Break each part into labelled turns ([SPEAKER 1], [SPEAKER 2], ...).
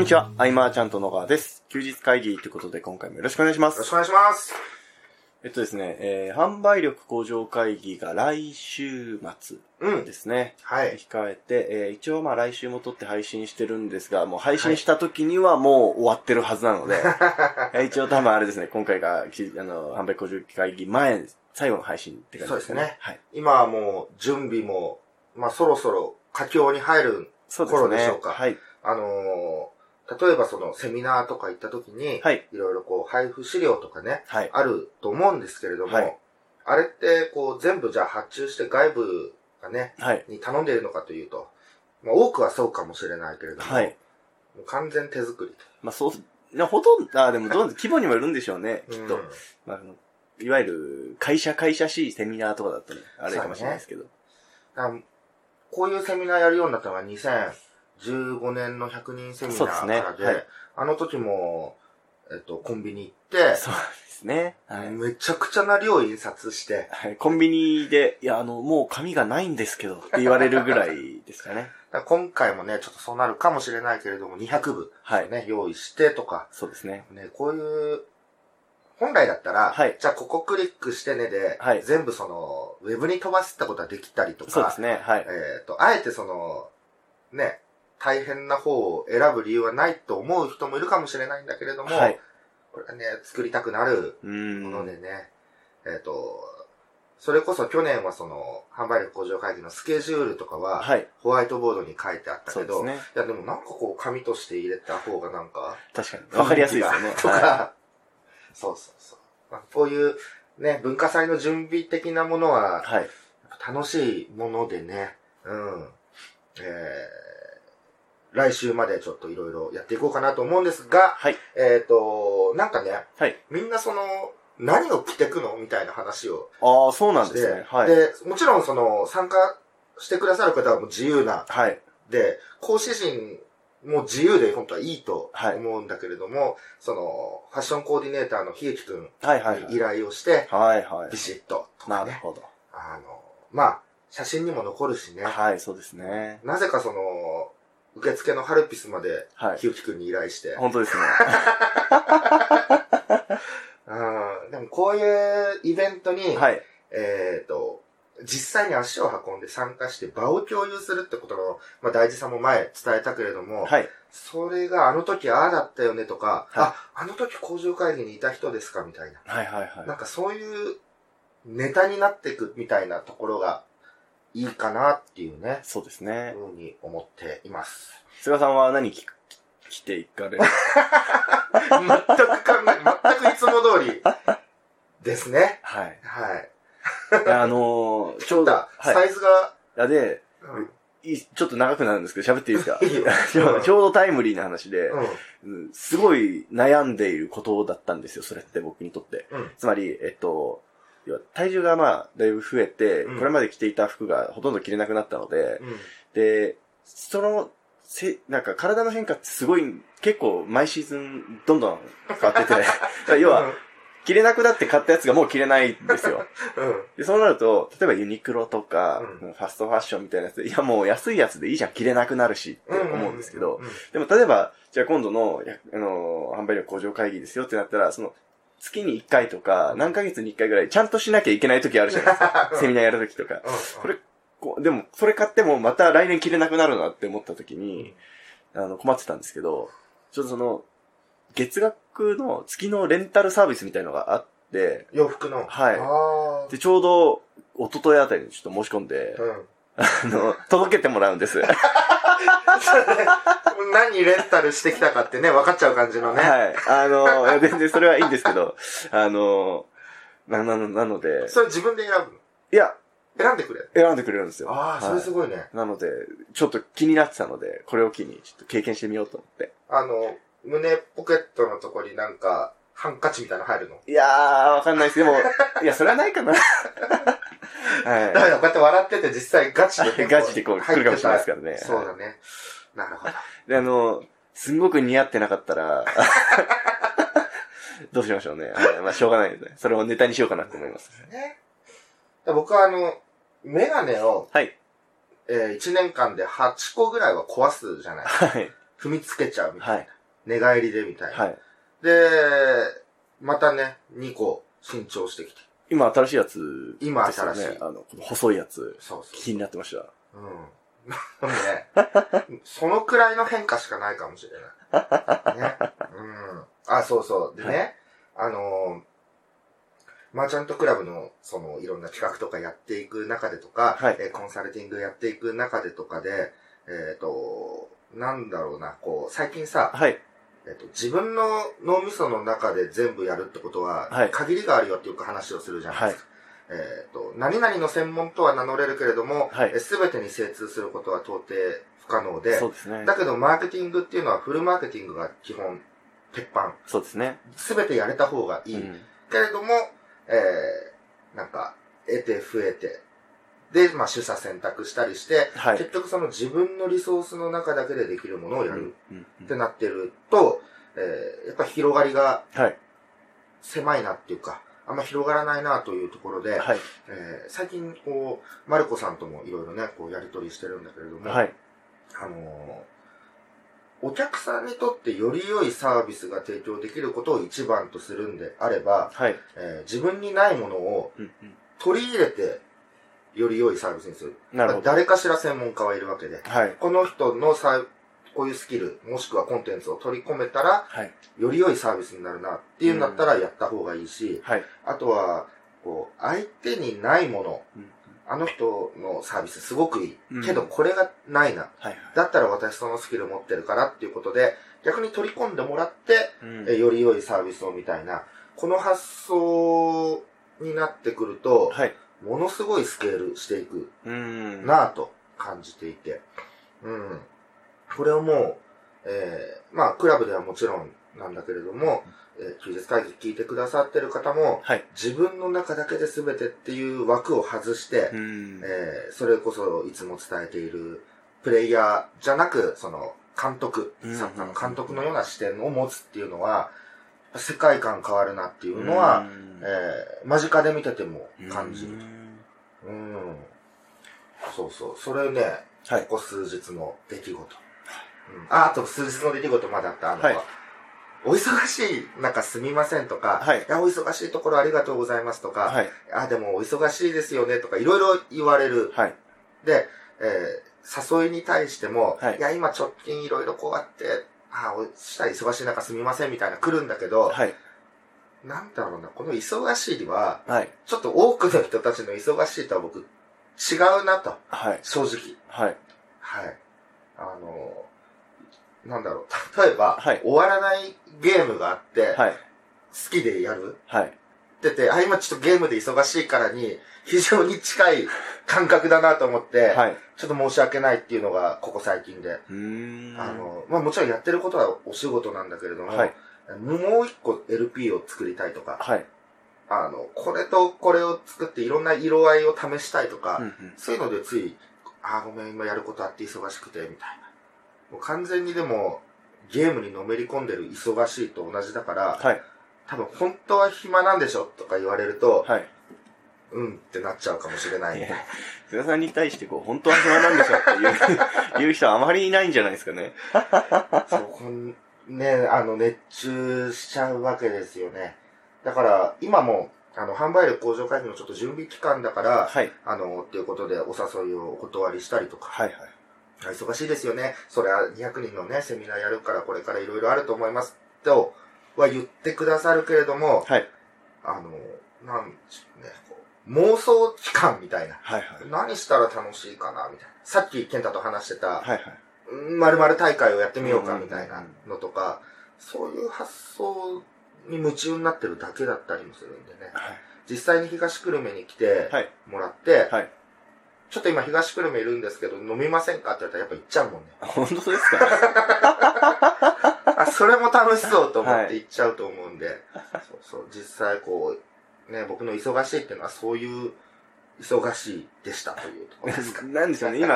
[SPEAKER 1] にちは、アイマーちゃんと野川です。休日会議ということで今回もよろしくお願いしま
[SPEAKER 2] よろしく
[SPEAKER 1] す
[SPEAKER 2] お。願いします。
[SPEAKER 1] えっとですね、えー、販売力向上会議が来週末
[SPEAKER 2] うん
[SPEAKER 1] で。すね。
[SPEAKER 2] はい。
[SPEAKER 1] 控えて、えー、一応まあ来週も撮って配信してるんですが、もう配信した時にはもう終わってるはずなの で、えー一応多分あれですね、今回が、きあの、販売向上会議前、最後の配信って感じですかね。
[SPEAKER 2] そうですね
[SPEAKER 1] はい。
[SPEAKER 2] 今はもう準備も、まあそろそろ佳境に入る、
[SPEAKER 1] そうですね。
[SPEAKER 2] 頃でしょうか
[SPEAKER 1] はい。
[SPEAKER 2] あのー例えばそのセミナーとか行った時に、
[SPEAKER 1] はい。
[SPEAKER 2] いろいろこう配布資料とかね、
[SPEAKER 1] はい。
[SPEAKER 2] あると思うんですけれども、
[SPEAKER 1] はい
[SPEAKER 2] あれってこう全部じゃあ発注して外部がね、
[SPEAKER 1] はい。
[SPEAKER 2] に頼んでいるのかというと、まあ多くはそうかもしれないけれども、
[SPEAKER 1] はい。
[SPEAKER 2] もう完全手作り
[SPEAKER 1] まあそう、なほとんど、あでもどうなんです規模にもよるんでしょうね、
[SPEAKER 2] と。
[SPEAKER 1] きっ
[SPEAKER 2] う
[SPEAKER 1] と
[SPEAKER 2] ん。
[SPEAKER 1] まあ、あのいわゆる、会社会社しいセミナーとかだったら、あれかもしれないですけど。
[SPEAKER 2] あのこういうセミナーやるようになったのが2015年の100人セミ
[SPEAKER 1] そう
[SPEAKER 2] ナーからで、
[SPEAKER 1] ですねはい
[SPEAKER 2] あの時も、えっと、コンビニ行って、
[SPEAKER 1] そうですね。はい。
[SPEAKER 2] めちゃくちゃな量印刷して、
[SPEAKER 1] はい、コンビニで、いや、あの、もう紙がないんですけど、って言われるぐらいですかね。
[SPEAKER 2] だから今回もね、ちょっとそうなるかもしれないけれども、200部、
[SPEAKER 1] はい。
[SPEAKER 2] ね、用意してとか、
[SPEAKER 1] そうですね。
[SPEAKER 2] ね、こういう、本来だったら、
[SPEAKER 1] はい
[SPEAKER 2] じゃあここクリックしてねで、
[SPEAKER 1] はい
[SPEAKER 2] 全部その、ウェブに飛ばすってことはできたりとか、
[SPEAKER 1] そうですね。はい。
[SPEAKER 2] えっ、と、あえてその、ね、大変な方を選ぶ理由はないと思う人もいるかもしれないんだけれども、
[SPEAKER 1] はい。
[SPEAKER 2] これはね、作りたくなる
[SPEAKER 1] う
[SPEAKER 2] もの
[SPEAKER 1] ーん。
[SPEAKER 2] でね、えっ、と、それこそ去年はその、販売力向上会議のスケジュールとかは、
[SPEAKER 1] はい。
[SPEAKER 2] ホワイトボードに書いてあった
[SPEAKER 1] そ
[SPEAKER 2] け
[SPEAKER 1] うで
[SPEAKER 2] ど、
[SPEAKER 1] すね。
[SPEAKER 2] いやでもなんかこう紙として入れた方がなんか、
[SPEAKER 1] 確かに。わかりやすいですよね。
[SPEAKER 2] とか、
[SPEAKER 1] は。、
[SPEAKER 2] そうそうそう。まあこういうね、文化祭の準備的なものはい
[SPEAKER 1] はい。
[SPEAKER 2] 楽しいものでね、うん。えー、来週までちょっといろいろやっていこうかなと思うんですが、
[SPEAKER 1] はい。
[SPEAKER 2] えっ、と、なんかね、
[SPEAKER 1] はい
[SPEAKER 2] みんなその、何を着てくのみたいな話を
[SPEAKER 1] ああ、そうなん
[SPEAKER 2] し
[SPEAKER 1] で
[SPEAKER 2] て、
[SPEAKER 1] すね。はい。
[SPEAKER 2] で、もちろんその、参加してくださる方はもう自由な、
[SPEAKER 1] はい。
[SPEAKER 2] で、講師陣も自由で本当はいいと
[SPEAKER 1] はい
[SPEAKER 2] 思うんだけれども、その、ファッションコーディネーターのひえきくん
[SPEAKER 1] はい。はい。
[SPEAKER 2] に依頼をして、
[SPEAKER 1] はい。は
[SPEAKER 2] ビシッと、
[SPEAKER 1] い。なるほど。
[SPEAKER 2] あの、まあ、写真にも残るしね、
[SPEAKER 1] はい、そうですね。
[SPEAKER 2] なぜかその、受付のハルピスまで、
[SPEAKER 1] はい。
[SPEAKER 2] ひゆきくんに依頼して。
[SPEAKER 1] 本当ですね。
[SPEAKER 2] うん。でもこういうイベントに、
[SPEAKER 1] はい。
[SPEAKER 2] えっ、と、実際に足を運んで参加して場を共有するってことの、まあ、大事さも前伝えたけれども、
[SPEAKER 1] はい。
[SPEAKER 2] それがあの時ああだったよねとか、
[SPEAKER 1] はい
[SPEAKER 2] あ、あの時工場会議にいた人ですかみたいな。
[SPEAKER 1] はいはいはい。
[SPEAKER 2] なんかそういうネタになっていくみたいなところがいいかなっていうね、
[SPEAKER 1] そうですね。
[SPEAKER 2] ふうに思っています。
[SPEAKER 1] 菅さんは何き着てい かれる
[SPEAKER 2] 全く考え、全くいつも通りですね。
[SPEAKER 1] はい。
[SPEAKER 2] はい。
[SPEAKER 1] いやあのー、ち
[SPEAKER 2] ちょ
[SPEAKER 1] ょ
[SPEAKER 2] っ
[SPEAKER 1] う
[SPEAKER 2] と
[SPEAKER 1] ど、
[SPEAKER 2] サ
[SPEAKER 1] は
[SPEAKER 2] イズが、
[SPEAKER 1] い。あで、
[SPEAKER 2] うん
[SPEAKER 1] いいちょっと長くなるんですけど、喋っていいです か
[SPEAKER 2] いいよ
[SPEAKER 1] ちょうどちょうどタイムリーな話で、
[SPEAKER 2] うん
[SPEAKER 1] うんすごい悩んでいることだったんですよ、それって僕にとって。
[SPEAKER 2] うん
[SPEAKER 1] つまり、えっと、要は体重がまあ、だいぶ増えて、
[SPEAKER 2] うん
[SPEAKER 1] これまで着ていた服がほとんど着れなくなったので、
[SPEAKER 2] うん
[SPEAKER 1] で、その、せ、なんか体の変化ってすごい、結構毎シーズンどんどん変わってて、だ から要は、、着れなくなって買ったやつがもう着れないんです よ。
[SPEAKER 2] うんうん
[SPEAKER 1] で、そうなると、例えばユニクロとか、フ
[SPEAKER 2] う。
[SPEAKER 1] ァストファッションみたいなやつで、いやもう安いやつでいいじゃん、着れなくなるしって思うんですけ ど、、でも例えば、じゃあ今度の、やあのー販売力向上会議ですよってなったら、その、月に1回とか、何ヶ月に1回ぐらい、ちゃんとしなきゃいけない時あるじゃないですか セミナーやる時とか。こ
[SPEAKER 2] こ
[SPEAKER 1] れこうでも、それ買ってもまた来年着れなくなるなって思った時に、あの、困ってたんですけど、ちょっとその、月額の月のレンタルサービスみたいのがあって、
[SPEAKER 2] 洋服の。
[SPEAKER 1] はい
[SPEAKER 2] あ
[SPEAKER 1] で、ちょうど、一昨日あたりにちょっと申し込んで
[SPEAKER 2] ー、うん
[SPEAKER 1] あの、届けてもらうん です。は
[SPEAKER 2] 何レンタルしてきたかってね、分かっちゃう感じの
[SPEAKER 1] い。
[SPEAKER 2] ね。
[SPEAKER 1] あの、いや全然それはいいんですけど、あの、な、な、ななので、
[SPEAKER 2] それ自分で選ぶの
[SPEAKER 1] いや、
[SPEAKER 2] 選んでくれる。
[SPEAKER 1] 選んでくれるんですよ。
[SPEAKER 2] ああ、そ
[SPEAKER 1] は
[SPEAKER 2] れ
[SPEAKER 1] い
[SPEAKER 2] すごいね。
[SPEAKER 1] なので、ちょっと気になってたので、これを機に、ちょっと経験してみようと思って。
[SPEAKER 2] あの、胸ポケットのとこになんか、ハンカチみたいなの入るの。
[SPEAKER 1] いやー、わかんないです。でも、いや、それはないかな。
[SPEAKER 2] だ
[SPEAKER 1] は
[SPEAKER 2] からこうやって笑ってて実際ガチで結
[SPEAKER 1] い。
[SPEAKER 2] 構
[SPEAKER 1] ガチでこう、来るかもしれないです
[SPEAKER 2] け
[SPEAKER 1] からね。
[SPEAKER 2] そう
[SPEAKER 1] は
[SPEAKER 2] だね。なるほど。
[SPEAKER 1] いで、あの、すんごく似合ってなかったら、 どうしましょうね。はいまあ、しょうがないですね。それをネタにしようかなと思います。
[SPEAKER 2] ね。僕はあの、メガネを、
[SPEAKER 1] はい。
[SPEAKER 2] えー、1年間で8個ぐらいは壊すじゃない
[SPEAKER 1] はい。
[SPEAKER 2] 踏みつけちゃうみたいな。
[SPEAKER 1] はい。
[SPEAKER 2] 寝返りでみたいな。
[SPEAKER 1] はい。
[SPEAKER 2] で、またね、2個新調してきて。
[SPEAKER 1] 今新しいやつ、
[SPEAKER 2] 今
[SPEAKER 1] ですよね
[SPEAKER 2] 新しい
[SPEAKER 1] あの、この細いやつ、
[SPEAKER 2] そう
[SPEAKER 1] 気になってました。
[SPEAKER 2] そう。うん。なんでね、 そのくらいの変化しかないかもしれない。ね。うん。あ、そうそう。でね、あのー、マーチャントクラブの、その、いろんな企画とかやっていく中でとか、
[SPEAKER 1] はい
[SPEAKER 2] えーコンサルティングやっていく中でとかで、えっ、と、なんだろうな、こう、最近さ、
[SPEAKER 1] はい。
[SPEAKER 2] えっと、自分の脳みその中で全部やるってことは、
[SPEAKER 1] はい
[SPEAKER 2] 限りがあるよっていうか話をするじゃない
[SPEAKER 1] は
[SPEAKER 2] で
[SPEAKER 1] い
[SPEAKER 2] す。か。えっと、何々の専門とは名乗れるけれども、
[SPEAKER 1] はい
[SPEAKER 2] すべてに精通することは到底不可能で
[SPEAKER 1] そ、うですね
[SPEAKER 2] だ。けどマーケティングっていうのはフルマーケティングが基本、鉄板。
[SPEAKER 1] そうですね。
[SPEAKER 2] すべてやれた方がいい。
[SPEAKER 1] うん
[SPEAKER 2] けれども、えー、なんか、得て増えて、で、まあ、取捨選択したりして、
[SPEAKER 1] はい。
[SPEAKER 2] 結局その自分のリソースの中だけでできるものをやる。
[SPEAKER 1] うんう
[SPEAKER 2] っ
[SPEAKER 1] ん
[SPEAKER 2] てなってると、えーやっぱ広がりが
[SPEAKER 1] はい。
[SPEAKER 2] 狭いなっていうか、あんま広がらないなというところで、
[SPEAKER 1] はい。
[SPEAKER 2] えー最近こう、マルコさんともいろいろね、こうやりとりしてるんだけれども、
[SPEAKER 1] はい。
[SPEAKER 2] あのーお客さんにとってより良いサービスが提供できることを一番とするんであれば、
[SPEAKER 1] はい。
[SPEAKER 2] えー自分にないものを
[SPEAKER 1] うんうん
[SPEAKER 2] 取り入れて、より良いサービスにする。
[SPEAKER 1] なるほど。
[SPEAKER 2] 誰かしら専門家はいるわけで、
[SPEAKER 1] はい。
[SPEAKER 2] この人のさこういうスキル、もしくはコンテンツを取り込めたら、
[SPEAKER 1] はい。
[SPEAKER 2] より良いサービスになるなっていうんだったらやった方がいいし、
[SPEAKER 1] はい。
[SPEAKER 2] あとは、こう、相手にないもの、
[SPEAKER 1] うん
[SPEAKER 2] あの人のサービスすごくいい。
[SPEAKER 1] うん
[SPEAKER 2] けどこれがないな。
[SPEAKER 1] はい。
[SPEAKER 2] だったら私そのスキル持ってるからっていうことで、逆に取り込んでもらって、
[SPEAKER 1] うん
[SPEAKER 2] えより良いサービスをみたいな、この発想になってくると、
[SPEAKER 1] はい。
[SPEAKER 2] ものすごいスケールしていく
[SPEAKER 1] うん。
[SPEAKER 2] なぁと感じていて。うん。これをもう、えーまあ、クラブではもちろんなんだけれども、えー休日会議聞いてくださってる方も、
[SPEAKER 1] はい。
[SPEAKER 2] 自分の中だけで全てっていう枠を外して、
[SPEAKER 1] うん。
[SPEAKER 2] えーそれこそいつも伝えている、プレイヤーじゃなく、その、監督、
[SPEAKER 1] うん
[SPEAKER 2] サッカーの監督のような視点を持つっていうのは、世界観変わるなっていうのは、
[SPEAKER 1] うん
[SPEAKER 2] えー間近で見てても感じる。
[SPEAKER 1] うん
[SPEAKER 2] うん。そうそう。それね、
[SPEAKER 1] はい。
[SPEAKER 2] ここ数日の出来事。うん、あ、あと数日の出来事まだあった。あの、
[SPEAKER 1] はい
[SPEAKER 2] お忙しい、なんかすみませんとか、
[SPEAKER 1] はい
[SPEAKER 2] や、お忙しいところありがとうございますとか、
[SPEAKER 1] はい。
[SPEAKER 2] あ、でもお忙しいですよねとか、いろいろ言われる。
[SPEAKER 1] はい。
[SPEAKER 2] で、えー誘いに対しても、
[SPEAKER 1] はい
[SPEAKER 2] い、や、今直近いろいろこうやって、あ、おしたら忙しい中すみませんみたいな来るんだけど、
[SPEAKER 1] はい。
[SPEAKER 2] なんだろうな、この忙しいは、
[SPEAKER 1] はい。
[SPEAKER 2] ちょっと多くの人たちの忙しいとは僕、違うなと、
[SPEAKER 1] はい。
[SPEAKER 2] 正直。
[SPEAKER 1] はい。
[SPEAKER 2] はい。あの、なんだろう。 例えば、
[SPEAKER 1] はい
[SPEAKER 2] 終わらないゲームがあって、好
[SPEAKER 1] はい。
[SPEAKER 2] きでやる
[SPEAKER 1] はい。
[SPEAKER 2] ってて、あ、今ちょっとゲームで忙しいからに、非常に 近い感覚だなと思って、
[SPEAKER 1] はい。
[SPEAKER 2] ちょっと申し訳ないっていうのが、ここ最近で。
[SPEAKER 1] うーん。
[SPEAKER 2] あの、まあもちろんやってることはお仕事なんだけれども、
[SPEAKER 1] はい。
[SPEAKER 2] もう一個 LP を作りたいとか、
[SPEAKER 1] はい。
[SPEAKER 2] あの、これとこれを作っていろんな色合いを試したいとか、
[SPEAKER 1] うんうん
[SPEAKER 2] そういうのでつい、あーごめん、今やることあって忙しくて、みたいな。もう完全にでも、ゲームにのめり込んでる忙しいと同じだから、
[SPEAKER 1] はい。
[SPEAKER 2] 多分本当は暇なんでしょとか言われると、
[SPEAKER 1] はい。
[SPEAKER 2] うんってなっちゃうかもしれないみたいな。
[SPEAKER 1] 菅さんに対して、こう、本当は暇なんでしょっていう、 言う人はあまりいないんじゃないですかね。
[SPEAKER 2] そうこんね、あの、熱中しちゃうわけですよね。だから、今も、あの、販売力向上会議のちょっと準備期間だから、
[SPEAKER 1] はい。
[SPEAKER 2] あの、っていうことでお誘いをお断りしたりとか、
[SPEAKER 1] はい。はい。
[SPEAKER 2] あ忙しいですよね。それは200人のね、セミナーやるからこれからいろいろあると思います。とは言ってくださるけれども、
[SPEAKER 1] はい。
[SPEAKER 2] あの、なんでしょうね、こう妄想期間みたいな。
[SPEAKER 1] はい。
[SPEAKER 2] 何したら楽しいかなみたいな。さっき健太と話してた、
[SPEAKER 1] はい。はい。
[SPEAKER 2] まるまる大会をやってみようか
[SPEAKER 1] うんうんうん
[SPEAKER 2] みたいなのとか、そういう発想に夢中になってるだけだったりもするんでね。
[SPEAKER 1] はい。
[SPEAKER 2] 実際に東久留米に来て
[SPEAKER 1] はい。
[SPEAKER 2] もらって、
[SPEAKER 1] はい。
[SPEAKER 2] ちょっと今東久留米いるんですけど飲みませんかって言ったらやっぱ行っちゃうもんね。
[SPEAKER 1] 本当ですか
[SPEAKER 2] あ、それも楽しそうと思って行っちゃうと思うんで、そうそう、実際こう、ね、僕の忙しいっていうのはそういう忙しいでしたというところですか。
[SPEAKER 1] なんでしょうね、今、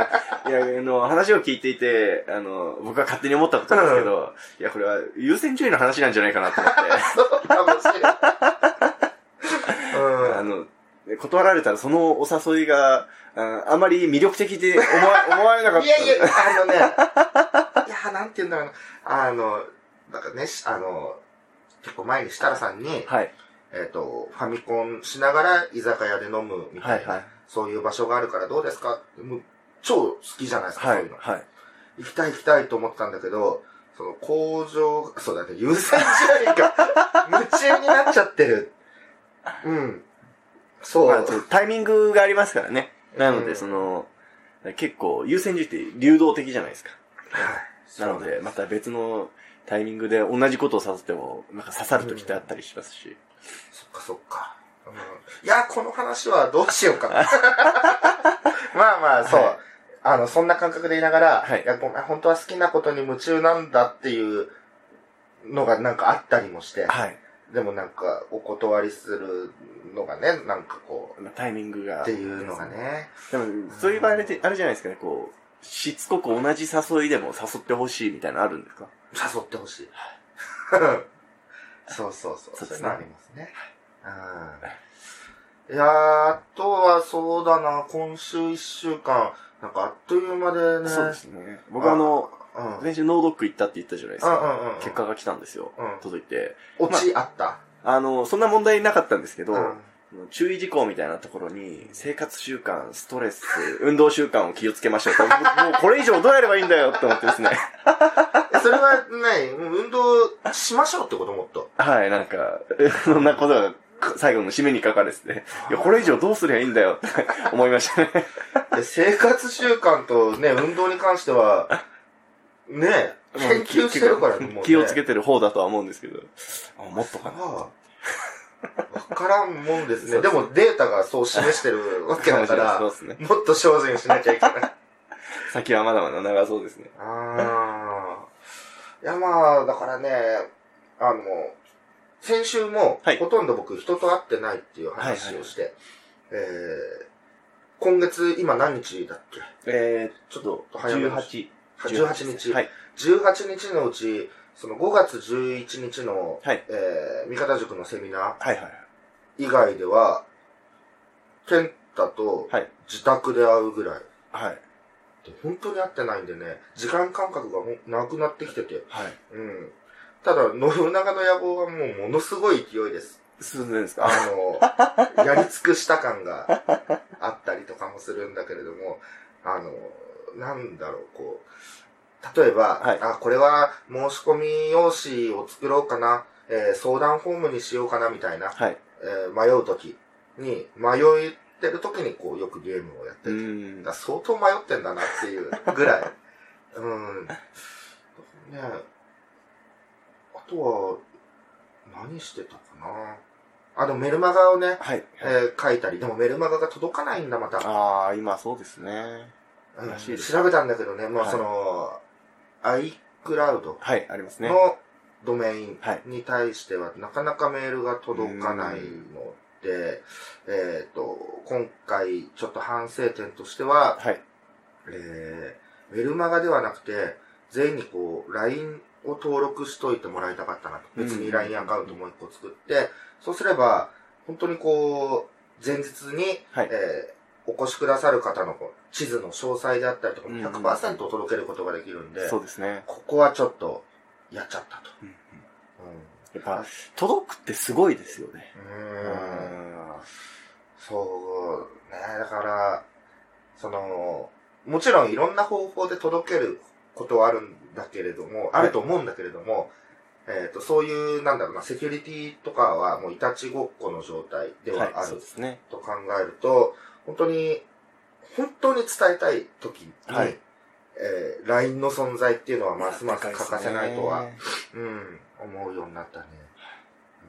[SPEAKER 1] いや、あの、話を聞いていて、あの、僕が勝手に思ったことなんですけど、いや、これは優先順位の話なんじゃないかなと思って。
[SPEAKER 2] そうかもしれない。
[SPEAKER 1] あの、断られたらそのお誘いが、ああまり魅力的で思わ 思われなか
[SPEAKER 2] う
[SPEAKER 1] っ
[SPEAKER 2] ん。
[SPEAKER 1] た。
[SPEAKER 2] いやいや、あのね、いや、なんて言うんだろうな、あの、だからね、しあの、結構前に設楽さんに、
[SPEAKER 1] はい。
[SPEAKER 2] えっ、と、ファミコンしながら居酒屋で飲むみ
[SPEAKER 1] は
[SPEAKER 2] たい
[SPEAKER 1] い
[SPEAKER 2] な、
[SPEAKER 1] はい。
[SPEAKER 2] そういう場所があるからどうですかって、もう超好きじゃないですか、
[SPEAKER 1] は
[SPEAKER 2] そうい
[SPEAKER 1] いう
[SPEAKER 2] の。
[SPEAKER 1] はい。
[SPEAKER 2] 行きたい行きたいと思ってたんだけど、その工場、そうだね、優先順位が夢中になっちゃってる。うん。そう。
[SPEAKER 1] まあちょっとタイミングがありますからね。なの
[SPEAKER 2] う
[SPEAKER 1] で、
[SPEAKER 2] ん
[SPEAKER 1] その、結構優先順位って流動的じゃないですか。
[SPEAKER 2] はい
[SPEAKER 1] なので、また別のタイミングで同じことを誘っても、なんか刺さる時ってあったりしますし。
[SPEAKER 2] そっかそっか。うん、いや、この話はどうしよう かな。まあまあ、そう。
[SPEAKER 1] はい
[SPEAKER 2] あの、そんな感覚でいながら、
[SPEAKER 1] はい
[SPEAKER 2] いや、ごめん、本当は好きなことに夢中なんだっていうのがなんかあったりもして、
[SPEAKER 1] はい。
[SPEAKER 2] でもなんかお断りするのがね、なんかこ
[SPEAKER 1] まあタイミングが。
[SPEAKER 2] う、っていうのが。ね。
[SPEAKER 1] でも、そういう場合あれであれじゃないですかね、こう、しつこく同じ誘いでも誘ってほしいみたいなのあるんですか
[SPEAKER 2] 誘ってほしい。そうそうそう。
[SPEAKER 1] そうですね
[SPEAKER 2] そういうのありますね。うん。いやー、あとはそうだな、今週一週間、なんかあっという間でね。
[SPEAKER 1] そうですね。僕あの、
[SPEAKER 2] うん。
[SPEAKER 1] 先週ノードック行ったって言ったじゃないです
[SPEAKER 2] うん
[SPEAKER 1] か。
[SPEAKER 2] うんうん。
[SPEAKER 1] 結果が来たんですよ。
[SPEAKER 2] うん
[SPEAKER 1] 届いて。
[SPEAKER 2] 落ちあった。
[SPEAKER 1] あの、そんな問題なかったんですけど、
[SPEAKER 2] うん
[SPEAKER 1] 注意事項みたいなところに、生活習慣、ストレス、運動習慣を気をつけましょうと。もうこれ以上どうやればいいんだよって思ってですね。
[SPEAKER 2] えそれはね、もう運動しましょうってこともっと。
[SPEAKER 1] はい、なんか、そんなことが最後の締めに書かれてて、いや、これ以上どうすりゃいいんだよって思いま したね。
[SPEAKER 2] で生活習慣とね、運動に関しては、ね、研究してるからね、もう、ね。
[SPEAKER 1] 気をつけてる方だとは思うんですけど。あもっとかな。
[SPEAKER 2] ああわからんもんです
[SPEAKER 1] そ
[SPEAKER 2] ね。
[SPEAKER 1] う
[SPEAKER 2] でもデータがそう示してるわけだか
[SPEAKER 1] かもしれ
[SPEAKER 2] ら、
[SPEAKER 1] ないそうですね。
[SPEAKER 2] もっと精進しなきゃいけない。
[SPEAKER 1] 先はまだまだ長そうですね。
[SPEAKER 2] ああ。いやまあ、だからね、あの、先週も
[SPEAKER 1] はい、
[SPEAKER 2] ほとんど僕人と会ってないっていう話をして、えー今月今何日だっけ
[SPEAKER 1] えー、ちょっと、
[SPEAKER 2] 早めです
[SPEAKER 1] 18。
[SPEAKER 2] ?18 日。
[SPEAKER 1] はい。
[SPEAKER 2] 18日のうち、その5月11日の、
[SPEAKER 1] はい
[SPEAKER 2] えー、三方塾のセミナ
[SPEAKER 1] はいはい。
[SPEAKER 2] ー以外では、健太と
[SPEAKER 1] はい
[SPEAKER 2] 自宅で会うぐらい。
[SPEAKER 1] はい。
[SPEAKER 2] で本当に会ってないんでね、時間感覚がもうなくなってきてて、
[SPEAKER 1] はい。
[SPEAKER 2] うん。ただ、信長の野望はもうものすごい勢いです。
[SPEAKER 1] 進んでるんですか
[SPEAKER 2] あ の、やり尽くした感があったりとかもするんだけれども、あの、なんだろう、こう、例えば、
[SPEAKER 1] はい
[SPEAKER 2] あ、これは申し込み用紙を作ろうかな、えー相談フォームにしようかなみたいな、
[SPEAKER 1] はい。
[SPEAKER 2] えー迷う時に、迷ってる時にこう、よくゲームをやって
[SPEAKER 1] う
[SPEAKER 2] て、
[SPEAKER 1] ん。
[SPEAKER 2] だから相当迷ってんだなっていうぐ らい。うん。ねえあとは、何してたかな。あ、でもメルマガをね、
[SPEAKER 1] はい。
[SPEAKER 2] えー書いたり。でもメルマガが届かないんだ、また。
[SPEAKER 1] ああ、今そうですね。
[SPEAKER 2] うん
[SPEAKER 1] らしいです
[SPEAKER 2] 調べたんだけどね、ま
[SPEAKER 1] は
[SPEAKER 2] あ
[SPEAKER 1] い
[SPEAKER 2] その、iCloud
[SPEAKER 1] はい、ありますね。
[SPEAKER 2] のドメイン
[SPEAKER 1] はい
[SPEAKER 2] に対しては、なかなかメールが届かないので、えっ、と、今回ちょっと反省点としては、
[SPEAKER 1] はい。
[SPEAKER 2] えー、メルマガではなくて、全員にこう、LINE を登録しといてもらいたかったなと。別
[SPEAKER 1] う
[SPEAKER 2] に
[SPEAKER 1] ん
[SPEAKER 2] LINE アカウントもう一個作って、そうすれば、本当にこう、前日に、
[SPEAKER 1] はい。
[SPEAKER 2] えーお越しくださる方のこう地図の詳細であったりとかも
[SPEAKER 1] うん
[SPEAKER 2] 100%届けることができるんで、
[SPEAKER 1] そうですね。
[SPEAKER 2] ここはちょっと、やっちゃったと。
[SPEAKER 1] うんうん
[SPEAKER 2] う。
[SPEAKER 1] やっぱ、届くってすごいですよね。うん
[SPEAKER 2] うんそうね、だから、その、もちろんいろんな方法で届けることはあるんだけれども、あると思うんだけれども、えっ、と、そういう、なんだろうな、セキュリティとかはもういたちごっこの状態で
[SPEAKER 1] はい
[SPEAKER 2] は、あ
[SPEAKER 1] そう
[SPEAKER 2] る
[SPEAKER 1] ですね。
[SPEAKER 2] と考えると、本当に、本当に伝えたい時に、
[SPEAKER 1] はい
[SPEAKER 2] えー LINE の存在っていうのはますます欠かせないと
[SPEAKER 1] で
[SPEAKER 2] は、
[SPEAKER 1] かですね。
[SPEAKER 2] うん、思うようになったね。うん、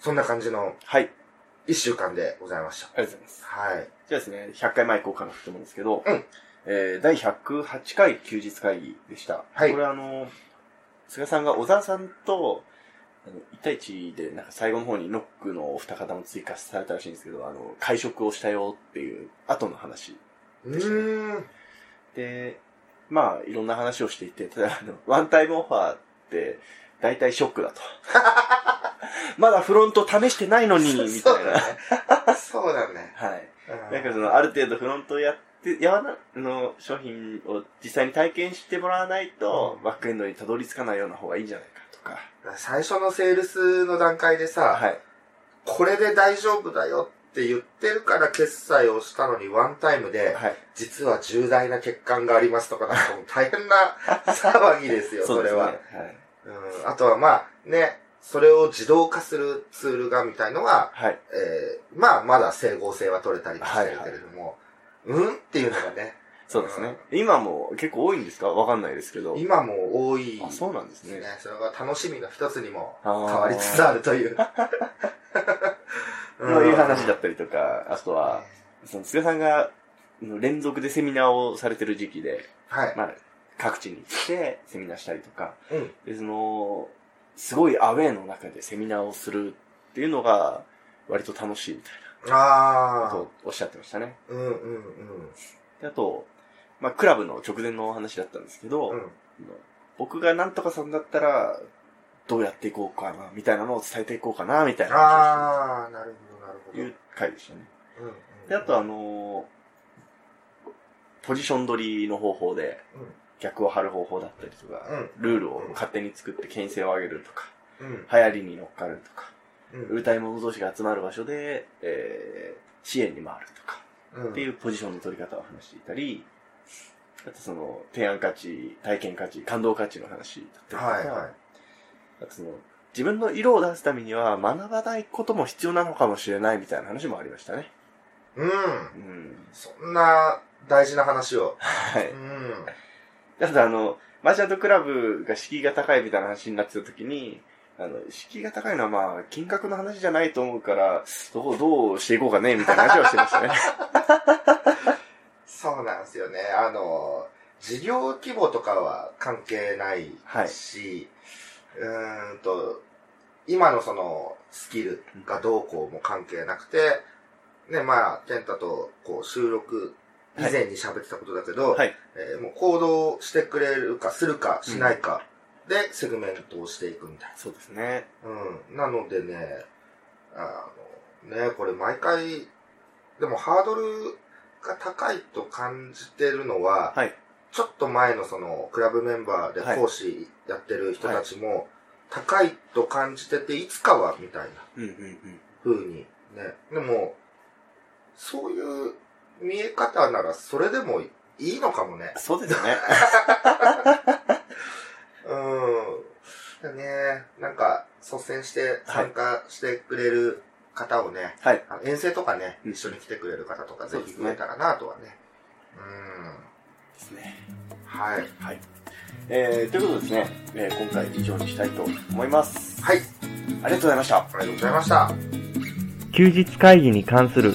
[SPEAKER 2] そんな感じの
[SPEAKER 1] はい。
[SPEAKER 2] 一週間でございました。
[SPEAKER 1] ありがとうございます。
[SPEAKER 2] はい。
[SPEAKER 1] じゃあですね、100回前行こうかなと思うんですけど、
[SPEAKER 2] うん
[SPEAKER 1] えー、第108回休日会議でした。
[SPEAKER 2] はい
[SPEAKER 1] これあの、菅さんが小沢さんと、あの、1対1で、なんか最後の方にノックのお二方も追加されたらしいんですけど、あの、会食をしたよっていう後の話
[SPEAKER 2] うーん。
[SPEAKER 1] で、まあ、いろんな話をしていて、ただ、あの、ワンタイムオファーって、大体ショックだと。 まだフロント試してないのに、みたいな。
[SPEAKER 2] そうだね。そうだね。
[SPEAKER 1] はい。なんかその、ある程度フロントをやって、やわな、あの、商品を実際に体験してもらわないと、
[SPEAKER 2] うん
[SPEAKER 1] バックエンドにたどり着かないような方がいいんじゃないかとか。
[SPEAKER 2] 最初のセールスの段階でさ、
[SPEAKER 1] はい。
[SPEAKER 2] これで大丈夫だよって言ってるから決済をしたのにワンタイムで、
[SPEAKER 1] はい。
[SPEAKER 2] 実は重大な欠陥がありますとか、なんかもう大変な騒ぎですよ、それは。
[SPEAKER 1] ですねはい。
[SPEAKER 2] うん、あとはまあ、ね、それを自動化するツールがみたいのは、
[SPEAKER 1] はい。
[SPEAKER 2] えーまあ、まだ整合性は取れたりもしてるけれども、うんっていうのがね、
[SPEAKER 1] そうですね。今も結構多いんですかわかんないですけど。
[SPEAKER 2] 今も多い
[SPEAKER 1] あ、そうなんです
[SPEAKER 2] ですね
[SPEAKER 1] ね。。
[SPEAKER 2] それが楽しみの一つにも
[SPEAKER 1] 変
[SPEAKER 2] 変わりつつあるという。
[SPEAKER 1] そういう話だったりとか、あとは、その、菅さんが、あの連続でセミナーをされてる時期で、
[SPEAKER 2] はい。
[SPEAKER 1] まあ、各地に行ってセミナーしたりとか、
[SPEAKER 2] うん。
[SPEAKER 1] で、その、すごいアウェーの中でセミナーをするっていうのが、割と楽しいみたいなこ
[SPEAKER 2] ああ。
[SPEAKER 1] とをおっしゃってましたね。
[SPEAKER 2] うんうんうん。
[SPEAKER 1] であと、まあ、クラブの直前のお話だったんですけど、
[SPEAKER 2] うん。
[SPEAKER 1] 僕がなんとかさんだったら、どうやっていこうかな、みたいなのを伝えていこうかな、みたいな話を
[SPEAKER 2] ああ、なるほど、なる
[SPEAKER 1] し
[SPEAKER 2] ほ
[SPEAKER 1] てる
[SPEAKER 2] ど。う
[SPEAKER 1] い
[SPEAKER 2] ん
[SPEAKER 1] う回でしたね。
[SPEAKER 2] うん
[SPEAKER 1] で、あとあのーポジション取りの方法で
[SPEAKER 2] うん、
[SPEAKER 1] 逆を張る方法だったりとか、
[SPEAKER 2] うん
[SPEAKER 1] ルールを勝手に作って牽制を上げるとか、
[SPEAKER 2] うん。
[SPEAKER 1] 流行りに乗っかるとか、
[SPEAKER 2] うん。
[SPEAKER 1] 売りたい者同士が集まる場所で、えー支援に回るとか、っていうポジションの取り方を話していたり、あとその、提案価値、体験価値、感動価値の話だったりとか、
[SPEAKER 2] はいはい
[SPEAKER 1] あとその、自分の色を出すためには学ばないことも必要なのかもしれないみたいな話もありましたね。
[SPEAKER 2] うん。
[SPEAKER 1] うん。
[SPEAKER 2] そんな大事な話を。
[SPEAKER 1] はい。
[SPEAKER 2] うん。
[SPEAKER 1] だってあの、マーチャントクラブが敷居が高いみたいな話になってた時に、あの、敷居が高いのはまあ、金額の話じゃないと思うから、そこをどうしていこうかね、みたいな話をしてましたね。
[SPEAKER 2] そうなんですよね。あの、事業規模とかは関係ないし、うーんと、今のそのスキルがどうこうも関係なくて、ね、まあ、健太とこう収録以前に喋ってたことだけど、
[SPEAKER 1] はい。
[SPEAKER 2] えーもう行動してくれるかするかしないかでセグメントをしていくみたい
[SPEAKER 1] そうですね。
[SPEAKER 2] な。うん。なのでね、あの、ね、これ毎回、でもハードルが高いと感じてるのは、
[SPEAKER 1] はい。
[SPEAKER 2] ちょっと前のそのクラブメンバーで
[SPEAKER 1] はい
[SPEAKER 2] 講師やってる人たちも、高いと感じてていつかはみたいな
[SPEAKER 1] うんうんうん。
[SPEAKER 2] 風にね。でも、そういう見え方ならそれでもいいのかもね。
[SPEAKER 1] そうですよね。
[SPEAKER 2] うん。だね、なんか、率先して参加してくれる方をね、
[SPEAKER 1] はい。
[SPEAKER 2] あの遠征とかね、
[SPEAKER 1] うん
[SPEAKER 2] 一緒に来てくれる方とか、ぜ
[SPEAKER 1] そうで
[SPEAKER 2] ひ
[SPEAKER 1] すね
[SPEAKER 2] 増えたらなとはね。
[SPEAKER 1] で
[SPEAKER 2] う
[SPEAKER 1] すね。
[SPEAKER 2] ん。はい。
[SPEAKER 1] はい。えー、ということでですね、えー今回以上にしたいと思います。
[SPEAKER 2] はい、
[SPEAKER 1] ありがとうございました。
[SPEAKER 2] ありがとうございました。
[SPEAKER 3] 休日会議に関する